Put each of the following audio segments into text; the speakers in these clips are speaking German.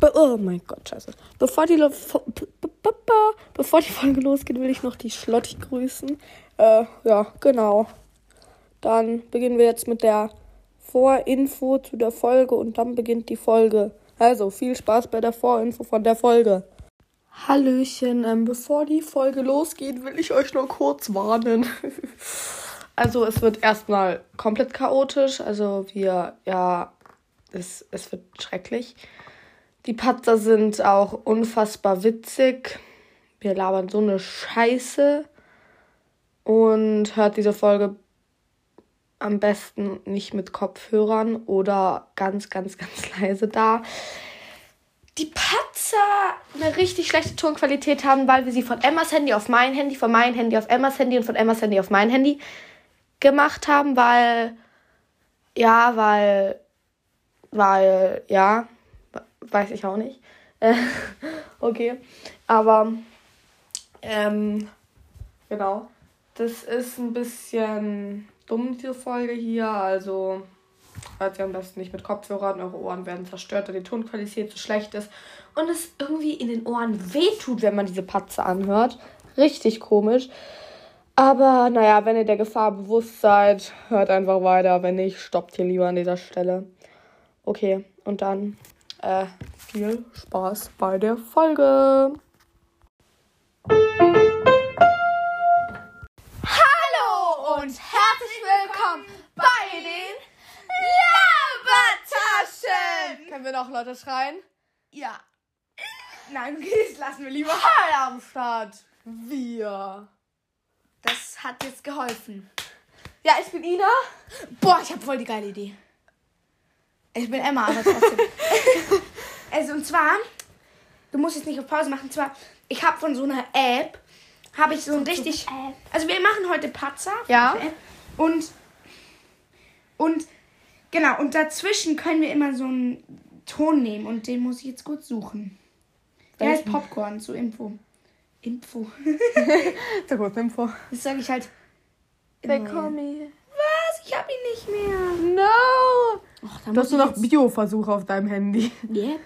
Be oh mein Gott, scheiße. Bevor die, Lo- fo- p- p- p- p- bevor die Folge losgeht, will ich noch die Schlotti grüßen. Äh, ja, genau. Dann beginnen wir jetzt mit der Vorinfo zu der Folge und dann beginnt die Folge. Also viel Spaß bei der Vorinfo von der Folge. Hallöchen, ähm, bevor die Folge losgeht, will ich euch nur kurz warnen. also es wird erstmal komplett chaotisch. Also wir, ja, es, es wird schrecklich. Die Patzer sind auch unfassbar witzig. Wir labern so eine Scheiße. Und hört diese Folge am besten nicht mit Kopfhörern oder ganz, ganz, ganz leise da. Die Patzer eine richtig schlechte Tonqualität haben, weil wir sie von Emmas Handy auf mein Handy, von meinem Handy auf Emmas Handy und von Emmas Handy auf mein Handy gemacht haben, weil. Ja, weil. Weil, ja, weiß ich auch nicht. Äh, okay, aber ähm, genau. Das ist ein bisschen dumm, diese Folge hier. Also hört sie am besten nicht mit Kopfhörern. Eure Ohren werden zerstört, da die Tonqualität zu schlecht ist. Und es irgendwie in den Ohren wehtut, wenn man diese Patze anhört. Richtig komisch. Aber naja, wenn ihr der Gefahr bewusst seid, hört einfach weiter. Wenn nicht, stoppt hier lieber an dieser Stelle. Okay, und dann äh, viel Spaß bei der Folge. Hallo und herzlich willkommen bei den Labertaschen! Können wir noch Leute schreien? Ja. Nein, okay, das lassen wir lieber. Alle am Start. Wir. Das hat jetzt geholfen. Ja, ich bin Ina. Boah, ich habe voll die geile Idee. Ich bin Emma, aber trotzdem. also und zwar, du musst jetzt nicht auf Pause machen. Und zwar, ich habe von so einer App, habe ich so ein richtig... Also wir machen heute Patzer. Ja. Und, und, genau, und dazwischen können wir immer so einen Ton nehmen und den muss ich jetzt kurz suchen. Der heißt Welchen? Popcorn, zur Info. Info. Sehr gut, nimm vor. Das sage ich halt. immer. Willkommen. Was? Ich hab ihn nicht mehr. No. Ach, da Du hast nur noch Bio-Versuche auf deinem Handy. Yep.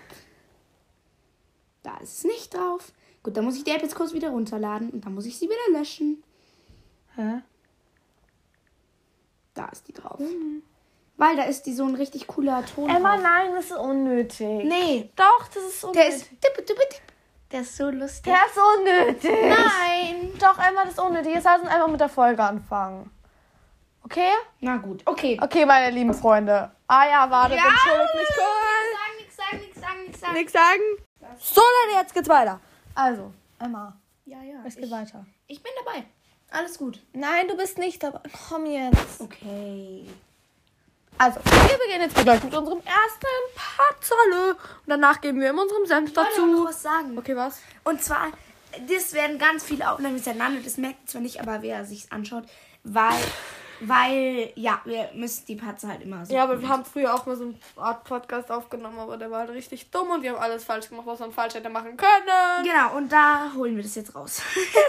Da ist es nicht drauf. Gut, dann muss ich die App jetzt kurz wieder runterladen und dann muss ich sie wieder löschen. Hä? Da ist die drauf. Weil da ist die so ein richtig cooler Ton. drauf. nein, das ist unnötig. Nee, Doch, das ist der unnötig. ist. tippe, tippe, tippe. Der ist so lustig. Der ist unnötig. Nein! Doch, Emma, das ist unnötig. Jetzt lass uns einfach mit der Folge anfangen. Okay? Na gut, okay. Okay, meine lieben Freunde. Ah ja, warte, Ja. entschuldigt mich kurz. Sagen, nix sagen, nix sagen, nix sagen. Nichts sagen? So, Leute, jetzt geht's weiter. Also, Emma, Ja, ja. es geht Ich, weiter. ich bin dabei. Alles gut. Nein, du bist nicht dabei. Komm jetzt. Okay. Also, wir beginnen jetzt gleich mit unserem ersten. Patzerle. Und danach geben wir in unserem Senf Ich wollte noch dazu. was sagen. Okay, was? Und zwar, das werden ganz viele Aufnahmen miteinander. Das merkt ihr zwar nicht, aber wer sich's anschaut, weil, weil, ja, wir müssen die Patze halt immer so. Ja, aber wir haben früher auch mal so eine Art Podcast aufgenommen, aber der war halt richtig dumm und wir haben alles falsch gemacht, was man falsch hätte machen können. Genau, und da holen wir das jetzt raus.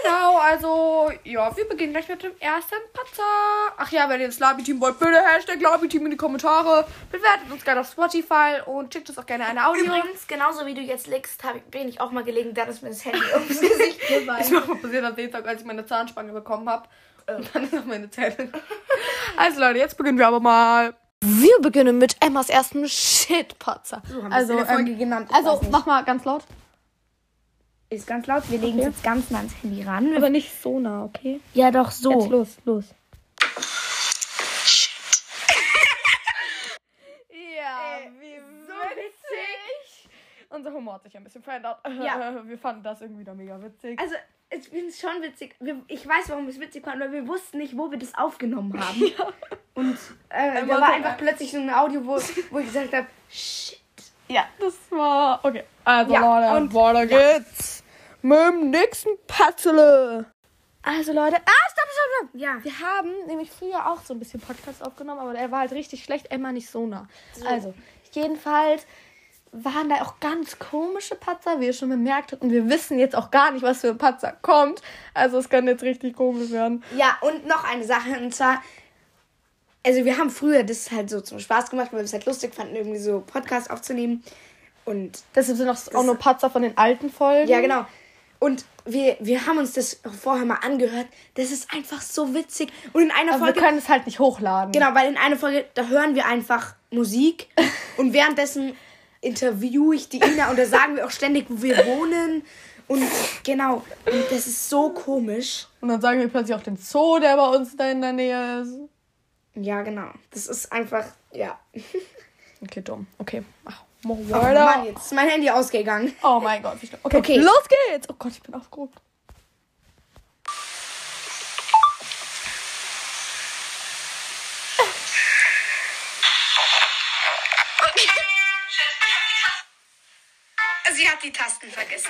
Genau, also, ja, wir beginnen gleich mit dem ersten Patzer. Ach ja, wenn ihr das Labi-Team wollt, bitte Hashtag Labi-Team in die Kommentare. Bewertet uns gerne auf Spotify und schickt uns auch gerne eine Audio. Übrigens, genauso wie du jetzt legst, hab, bin ich auch mal gelegen, da ist mir das Handy ums Gesicht Das gefallen. ist mir auch mal passiert am Dienstag, als ich meine Zahnspange bekommen habe. Und dann noch meine Zähne. Also Leute, jetzt beginnen wir aber mal. Wir beginnen mit Emmas ersten Shitpatzer. also, ähm, genannt. also mach mal ganz laut. ist ganz laut. Wir legen es jetzt ganz nah ans Handy ran. Aber nicht so nah, okay? Ja, doch so. Jetzt los, los. ja, wie witzig. Unser Humor hat sich ein bisschen verändert. Ja. Wir fanden das irgendwie da mega witzig. Also, ich finde es schon witzig. Wir, ich weiß, warum wir es witzig fanden, weil wir wussten nicht, wo wir das aufgenommen haben. Und äh, da Immer war so, einfach äh, plötzlich so ein Audio, wo, wo ich gesagt habe, shit. Ja, das war. Okay. Also Ja, Leute, und- weiter geht's. Mit dem nächsten Patzele. Also Leute. Ah, stopp, stopp, stopp. Ja. Wir haben nämlich früher auch so ein bisschen Podcast aufgenommen, aber der war halt richtig schlecht, Emma nicht so nah. Also, jedenfalls waren da auch ganz komische Patzer, wie ihr schon bemerkt habt. Und wir wissen jetzt auch gar nicht, was für ein Patzer kommt. Also es kann jetzt richtig komisch werden. Ja, und noch eine Sache, und zwar, also wir haben früher das halt so zum Spaß gemacht, weil wir es halt lustig fanden, irgendwie so Podcasts aufzunehmen. Und Deshalb sind das auch nur Patzer von den alten Folgen. ja, genau. Und wir, wir haben uns das vorher mal angehört. Das ist einfach so witzig. Und in einer Aber wir Folge. können es halt nicht hochladen. Genau, weil in einer Folge, da hören wir einfach Musik und währenddessen interviewe ich die Ina und da sagen wir auch ständig, wo wir wohnen. Und genau, und das ist so komisch. Und dann sagen wir plötzlich auch den Zoo, der bei uns da in der Nähe ist. Ja, genau. Das ist einfach, ja. Okay, dumm. Okay. Ach, Oh Mörder. Mann, jetzt ist mein Handy ausgegangen. Oh mein Gott, wie schlimm. Okay, Okay. los geht's. Oh Gott, ich bin aufgerufen. Sie hat die Tasten vergessen.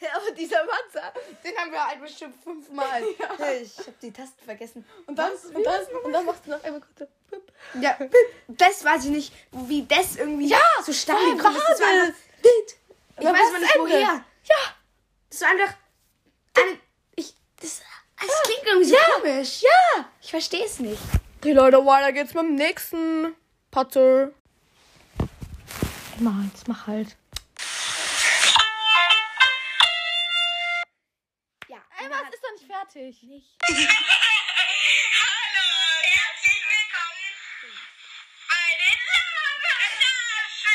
Ja, aber dieser Panzer, den haben wir halt bestimmt fünfmal. Ich habe die Tasten vergessen. Und dann, und dann, und dann machst du noch einmal kurz so. Pip. Ja, das weiß ich nicht, wie das irgendwie ja, zustande woher gekommen ist. Das war war einfach, das? ich Aber weiß was mal nicht, Ende? woher. Ja. Das war einfach. Eine, ich, das, das klingt irgendwie so komisch. Ja. Ich verstehe es nicht. Okay, Leute, weiter geht's mit dem nächsten Patzer. Ey, mach halt, mach halt. Ja, Was ist doch nicht fertig? Nicht. Hallo und herzlich willkommen bei den Labertaschen.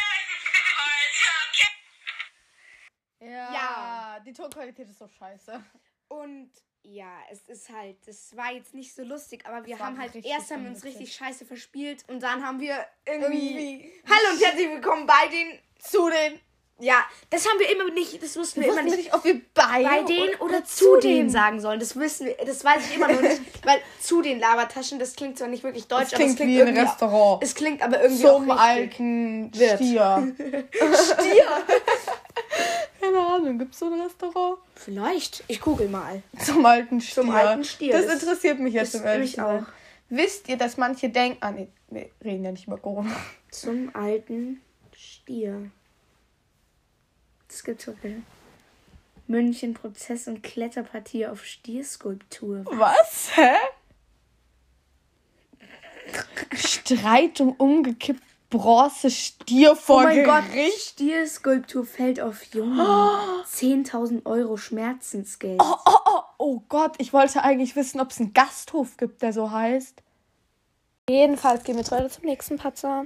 Heute am Ke- Ja. Ja. Die Tonqualität ist so scheiße. Und ja, es ist halt, das war jetzt nicht so lustig, aber wir war haben halt, richtig erst haben wir uns unwitzig. richtig scheiße verspielt und dann haben wir irgendwie, Hallo und herzlich willkommen bei den, Zu den. ja, das haben wir immer nicht, das wussten wir, Wir immer nicht. nicht, ob wir bei, Bei denen oder zu denen sagen sollen. Das wissen wir, das weiß ich immer noch nicht. Weil zu den Labertaschen, das klingt zwar nicht wirklich deutsch, Das aber klingt es klingt wie ein irgendwie, Restaurant. Es klingt aber irgendwie Zum auch richtig. alten Wirt. Stier. Stier? Keine Ahnung, gibt's so ein Restaurant? Vielleicht. Ich google mal. Zum alten Stier. alten Stier. Das Das interessiert mich jetzt ist im Ehrlich. mich auch. Wisst ihr, dass manche denken. Ah, nee, wir reden ja nicht über Corona. Zum alten Stier. Das gibt's okay. München Prozess und Kletterpartie auf Stierskulptur. Was? Hä? Streit um umgekippt Bronze Stier vor Oh mein Gott, Gericht. Stierskulptur fällt auf Jungen. 10.000 Euro Schmerzensgeld. Oh, oh, oh, oh Gott, ich wollte eigentlich wissen, ob es einen Gasthof gibt, der so heißt. Jedenfalls gehen wir jetzt weiter zum nächsten Patzer.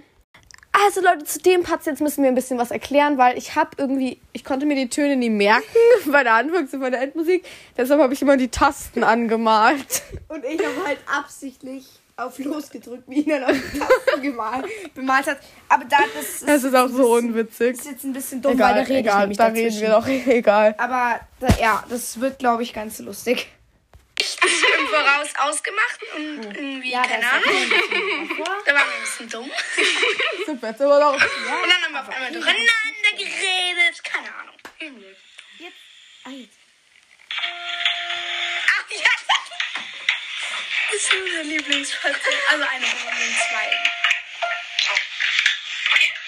Also Leute, zu dem Patzer jetzt müssen wir ein bisschen was erklären, weil ich habe irgendwie, ich konnte mir die Töne nie merken bei der Anfangs- und bei der Endmusik. Deshalb habe ich immer die Tasten angemalt. Und ich habe halt absichtlich auf losgedrückt, wie ihn dann auf die Tasten gemalt, bemalt hat. Aber da das ist, Das ist auch so ein bisschen- unwitzig. ist jetzt ein bisschen dumm, Egal, weil da rede ich egal, nämlich da dazwischen. reden wir doch, egal. Aber da, ja, das wird, glaube ich, ganz lustig. Im Voraus ausgemacht und irgendwie, keine Ahnung, da waren wir ein bisschen dumm. Und Sind wir jetzt immer noch. dann haben wir auf einmal durcheinander geredet. Keine Ahnung. Himmel. Ah, jetzt. Ach ja. Das ist unser Lieblingsfazit. Also eine von den zwei.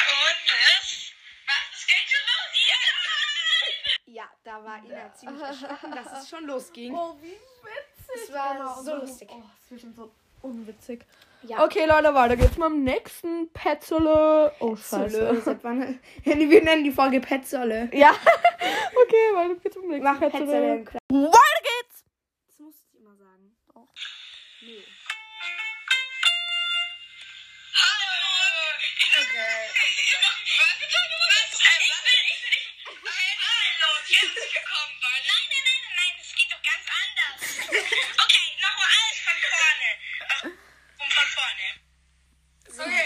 Und es? Was ist denn schon los? Ja! Ja, da war Ina ziemlich erschrocken, dass es schon losging. Oh, wie witzig. Das war so lustig. Oh, es wird schon so unwitzig. Ja. Okay, Leute, weiter geht's mit dem nächsten Petzele. Oh, scheiße. Solle, seit wann? Wir nennen die Folge Petzolle. Ja. okay, weiter geht's mit dem nächsten Mach Petzolle im Kleid. Weiter geht's. Das musste ich immer sagen.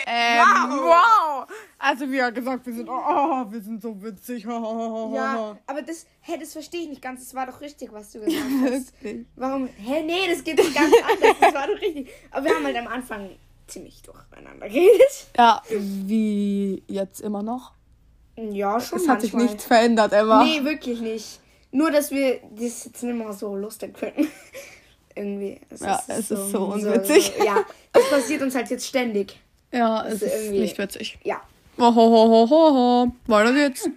Ähm, wow. Also, wie er gesagt, wir sind, oh, oh, wir sind so witzig. Oh, oh, oh, Ja, oh. aber das, hä, das verstehe ich nicht ganz. Das war doch richtig, was du gesagt hast. Wirklich. Warum? Hä, nee, das geht doch ganz anders. Das war doch richtig. Aber wir haben halt am Anfang ziemlich durcheinander geredet. Ja, wie jetzt immer noch. Ja, schon Es manchmal. hat sich nichts verändert, Emma. Nee, wirklich nicht. Nur, dass wir das jetzt nicht mehr so lustig finden. Irgendwie. Es Ja, es ist so unwitzig. So, ja, das passiert uns halt jetzt ständig. Ja, es ist ist irgendwie- nicht witzig. Ja. Oh, ho, ho, ho, ho, ho. Weiter geht's. Emma,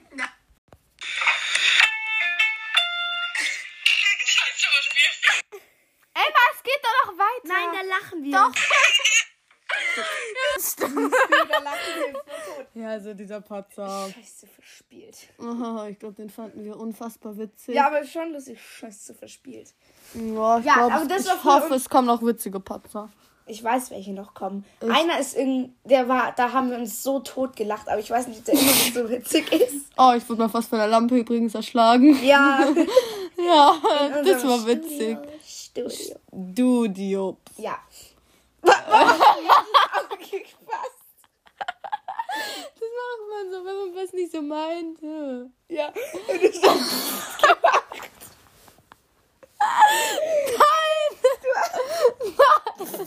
es geht doch noch weiter. Nein, da lachen wir. Doch. Ja, also dieser Patzer. Scheiße verspielt. Oh, ich glaube, den fanden wir unfassbar witzig. Ja, aber schon lustig. Scheiße verspielt. Ja, ich, Ja, glaub, aber das ich war früher hoffe, irgendwie- es kommen noch witzige Patzer. Ich weiß, welche noch kommen. Einer ist in, der war, da haben wir uns so tot gelacht, aber ich weiß nicht, ob der immer noch so witzig ist. Oh, ich wurde mal fast von der Lampe übrigens erschlagen. Ja, Ja, unserem das war witzig. Studio. Du, Diop. Ja. okay, Spaß. Das macht man so, wenn man was nicht so meint. Ja. Ja. Bis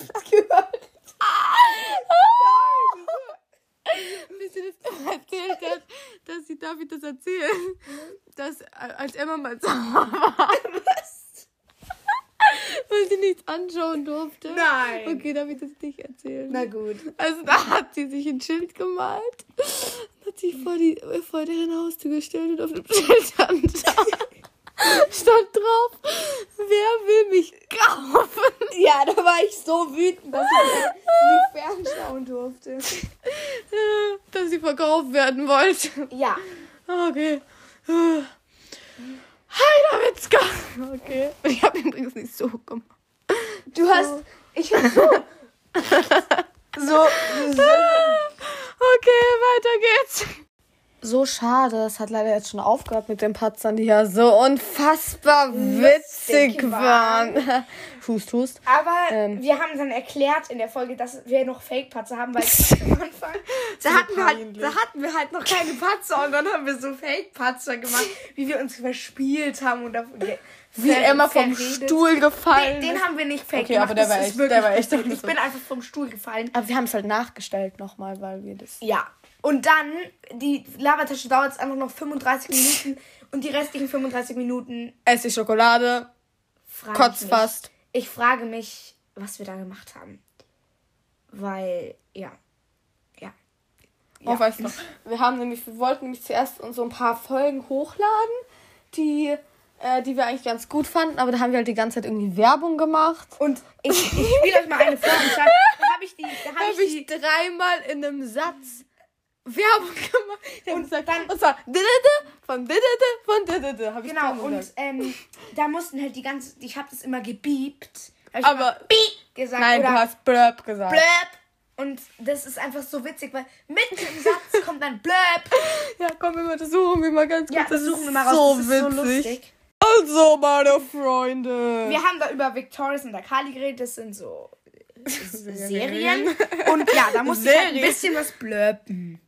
sie das dann erzählt hat, dass sie David das erzählt, dass äh, als Emma mal sauer war. Weil sie nichts anschauen durfte. Nein. Okay, darf ich das nicht erzählen? Na gut. Also da hat sie sich ein Schild gemalt, hat sich vor, die, vor deren Haustür gestellt und auf dem Schild stand, stand drauf, wer will mich kaufen? Ja, da war ich so wütend, dass ich nicht fernschauen durfte. Dass sie verkauft werden wollte. Ja. Okay. Hi, Davidska. Okay. Ich habe übrigens nicht so gemacht. Du hast. Ich hab so. so. so. Okay, weiter geht's. So schade, es hat leider jetzt schon aufgehört mit den Patzern, die ja so unfassbar witzig waren. waren. hust, hust. Aber wir haben dann erklärt in der Folge, dass wir noch Fake-Patzer haben, weil am Anfang da hatten, wir halt, da hatten wir halt noch keine Patzer und dann haben wir so Fake-Patzer gemacht, wie wir uns verspielt haben und davon ge- Wie ver- Emma vom verredet. Stuhl Den, gefallen. den haben wir nicht fake Okay, gemacht. aber der das war ist echt- wirklich der war echt passiert. Ich so. bin einfach vom Stuhl gefallen. Aber wir haben es halt nachgestellt nochmal, weil wir das. Ja. Und dann, die Labertasche dauert jetzt einfach noch 35 Minuten und die restlichen 35 Minuten Esse ich Schokolade, frage kotz ich mich. fast. Ich frage mich, was wir da gemacht haben. Weil, ja. Ja. Oh, weiß noch. Wir haben nämlich, wir wollten nämlich zuerst uns so ein paar Folgen hochladen, die, äh, die wir eigentlich ganz gut fanden, aber da haben wir halt die ganze Zeit irgendwie Werbung gemacht. Und ich, ich spiele euch mal eine vor. Und zwar, da habe ich die. Da hab Habe ich die ich dreimal in einem Satz Werbung gemacht. Ich hab Und gesagt, dann- und zwar didede, von didede, von didede. Hab ich genau, dreimal und gesagt. ähm, da mussten halt die ganze. Ich habe das immer gebiebt. Da hab ich Aber- immer Beep gesagt. Nein, du oder hast blöb gesagt. Blöb. Und das ist einfach so witzig, weil mitten im Satz kommt dann Blöb. Ja, komm, wir mal, das suchen wir mal ganz Ja, kurz. Das suchen wir ist mal raus. so das ist so witzig. lustig. also, meine Freunde. Wir haben da über Victorious und Akali geredet. Das sind so. Serien. Und ja, da musste ich halt ein Serien. bisschen was blöppen.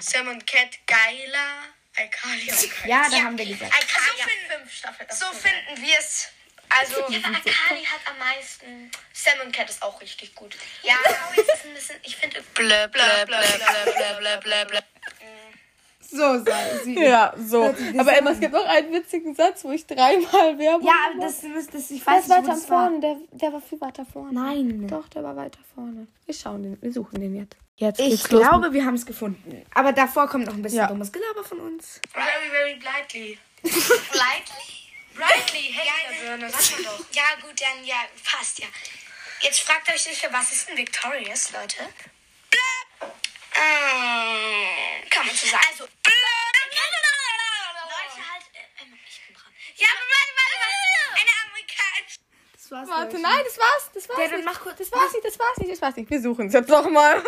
Sam und Cat geiler. Alkalia. Ja, da haben wir gesagt. Alkalia. So, fünf Staffeln, so finden wir es. Also, ja, Akali hat am meisten. Sam und Cat ist auch richtig gut. Ja, Chloe ist ein bisschen. Ich finde. Blö, blö, blö, blö, blö, blö, blö, blö. So sei sie. Ja, so. Aber Emma, es gibt noch einen witzigen Satz, wo ich dreimal Werbung Ja, aber das müsste ich Der weiß ist nicht, wo weiter das war. vorne, der, der war viel weiter vorne. Nein. Doch, der war weiter vorne. Wir schauen den, wir suchen den jetzt. Jetzt Ich geht's los. glaube, wir haben es gefunden. Aber davor kommt noch ein bisschen Ja. dummes Gelaber von uns. Very, very lightly. lightly? Brightly, Hexerbirne, sag mal also, ne, doch. Ja, gut, dann, ja, passt, ja. Jetzt fragt euch sicher, was ist ein Victorious, Leute? Blöp. Ähm, kann man so sagen. Also, blöp. Leute, halt, äh, ähm, ich bin dran. Ja, aber warte, warte, warte. Eine amerikanische... Das war's. Warte, nein, das war's, das war's Ja, dann nicht. mach kurz. Das war's nicht, das war's nicht, das war's nicht. Wir suchen es jetzt nochmal.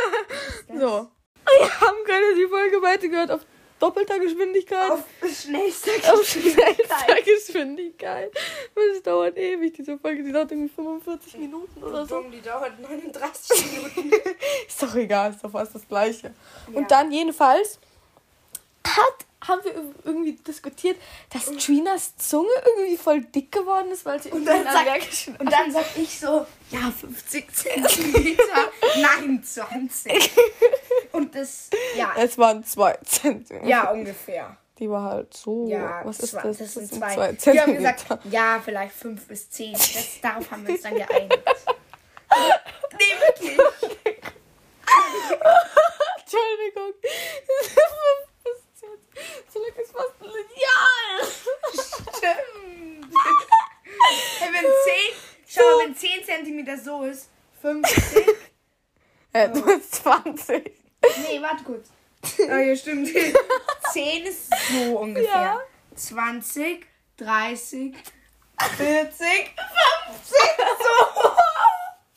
So. Wir haben gerade die Folge weitergehört auf doppelter Geschwindigkeit. Auf schnellster auf schnellster Geschwindigkeit. Weil es dauert ewig, diese Folge. Die dauert irgendwie 45 Minuten oder so. Die dauert 39 Minuten. Ist doch egal, ist doch fast das Gleiche. Und dann jedenfalls hat, haben wir irg- irgendwie diskutiert, dass Trinas Zunge irgendwie voll dick geworden ist, weil sie irgendwie dann einen sagt- allergischen Und dann sag ich so, ja, 50 Zentimeter. Nein, 20. Und das, ja, Es waren zwei Zentimeter. ja, ungefähr. Die war halt so. Ja, was ist zwei- das? Das sind sind zwei. zwei Wir haben Zentimeter. gesagt, ja, vielleicht fünf bis zehn. Das, darauf haben wir uns dann geeinigt. nee, wirklich. Entschuldigung. Das ist jetzt- Zum Glück ist fast ein Oh. Lineal. Stimmt. Hey, wenn 10, schau mal, wenn 10 cm so ist, 50, Äh, 20. Nee, warte kurz. Ah, ja, stimmt. 10 ist so ungefähr. 20, 30, 40, 50, so.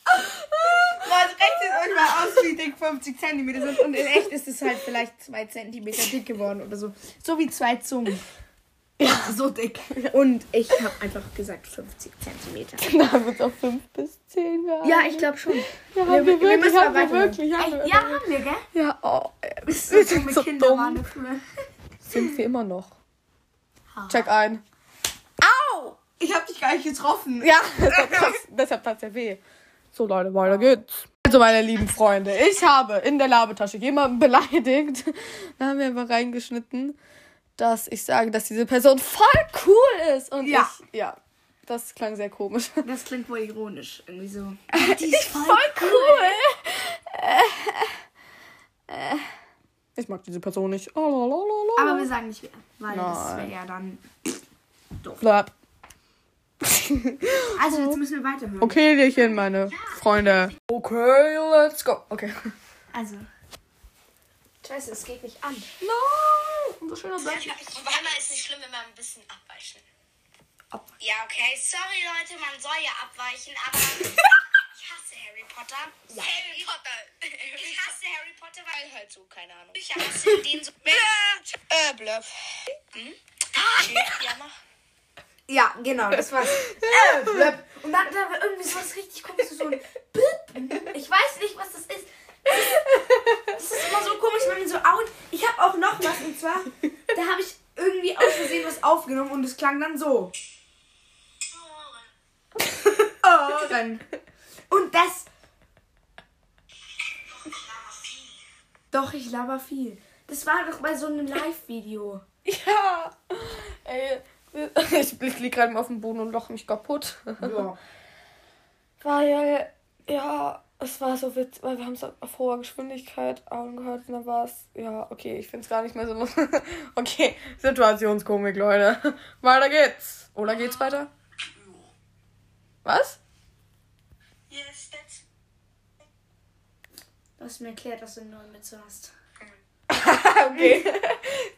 Was rechts ist manchmal aus wie dick 50 Zentimeter sind. Und in echt ist es halt vielleicht 2 Zentimeter dick geworden oder so. So wie zwei Zungen. Ja, so dick. Und ich habe einfach gesagt 50 Zentimeter. Da haben wir uns auf 5 bis 10 gehalten. Ja, ich glaube schon. Ja, haben wir, wirklich, müssen haben mal wir weitermachen. wirklich, haben wir. Ey, ja, haben wir, gell? Ja, oh, Bist du so so mit dumm. Kinderwahne früher? sind wir immer noch. Ah. Check ein. Au! Ich hab dich gar nicht getroffen. Ja, deshalb tat's- deshalb tat ja weh. So Leute, weiter geht's. Also meine lieben Freunde, ich habe in der Labetasche jemanden beleidigt. Da haben wir einfach reingeschnitten, dass ich sage, dass diese Person voll cool ist. Und Ja. ich, ja, das klang sehr komisch. Das klingt wohl ironisch. Irgendwie so. Ich mag diese Person nicht. Oh, la, la, la, la. Aber wir sagen nicht wer. Weil das wäre ja dann. Blab. Also jetzt müssen wir weiterhören. Okay, Lierchen, meine Freunde. Okay, let's go. Okay. Also. Scheiße, es geht nicht an. Emma ist nicht schlimm, wenn wir ein bisschen abweichen. Ja, okay. Sorry, Leute, man soll ja abweichen, aber ich hasse Harry Potter. Harry Potter. Ich hasse Harry Potter, weil halt so, keine Ahnung. Ich hasse den so. äh, Bluff. Hm? Ja, mach. Ja, genau, das war's. Äh, blöp. Und dann, dann war irgendwie so was richtig komisches, so ein Blip. Ich weiß nicht, was das ist. Das ist immer so komisch, wenn man so out. Ich habe auch noch was, und zwar, da habe ich irgendwie aus Versehen was aufgenommen und es klang dann so. Ohren. Oh, Und das. Doch, ich laber viel. Das war doch bei so einem Live-Video. Ja. Ey, ich liege gerade mal auf dem Boden und loch mich kaputt. Ja. Weil, ja, es war so witzig, weil wir haben es auf hoher Geschwindigkeit angehört und dann war es, ja, okay, ich finde es gar nicht mehr so lustig. Okay, Situationskomik, Leute. Weiter geht's. Oder geht's weiter? Was? Yes, that's. Du hast mir erklärt, dass du einen neuen Witz hast. Okay.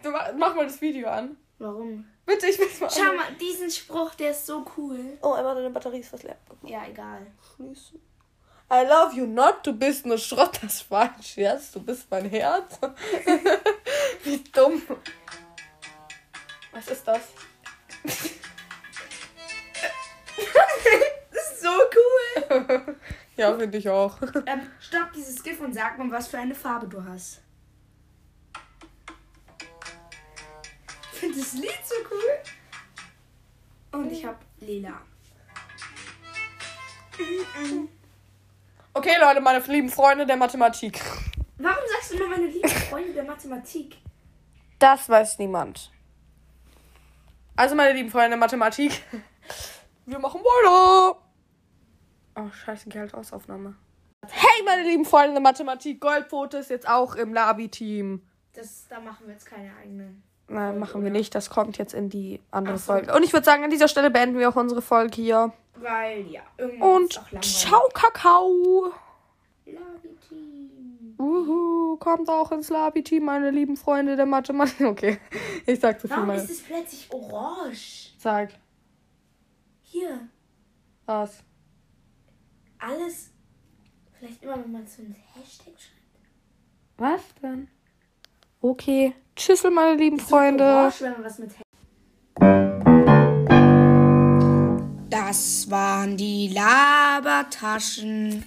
Du mach, mach mal das Video an. Warum? Bitte, ich will's mal Schau mal, diesen Spruch, der ist so cool. Oh, Emma, deine Batterie ist was leer. Ja, egal. I love you not, du bist nur Schrott, das war ein Scherz, du bist mein Herz. Wie dumm. Was ist das? So cool. Ja, finde ich auch. Ähm, stopp dieses GIF und sag mal, was für eine Farbe du hast. Ich finde das Lied so cool. Und ich hab lila. Okay, Leute, meine lieben Freunde der Mathematik. Warum sagst du nur meine lieben Freunde der Mathematik? Das weiß niemand. Also, meine lieben Freunde der Mathematik, wir machen weiter. Oh, scheiße, Geldausaufnahme. Hey, meine lieben Freunde der Mathematik, Goldpfote ist jetzt auch im Labi-Team. Das, da machen wir jetzt keine eigenen. Nein, machen wir nicht. Das kommt jetzt in die andere Folge. Und ich würde sagen, an dieser Stelle beenden wir auch unsere Folge hier. Weil, ja, irgendwann Und ist auch langweilig. ciao, Kakao. Love Team. Uhu, kommt auch ins Labi-Team, meine lieben Freunde der Mathematik. Okay, ich sag zu viel. Warum Meine. ist es plötzlich orange? Sag, Hier, was? alles. Vielleicht immer, wenn man so ein Hashtag schreibt. Was denn? Okay, tschüssel, meine lieben Freunde. Orange, wenn man was mit Das waren die Labertaschen.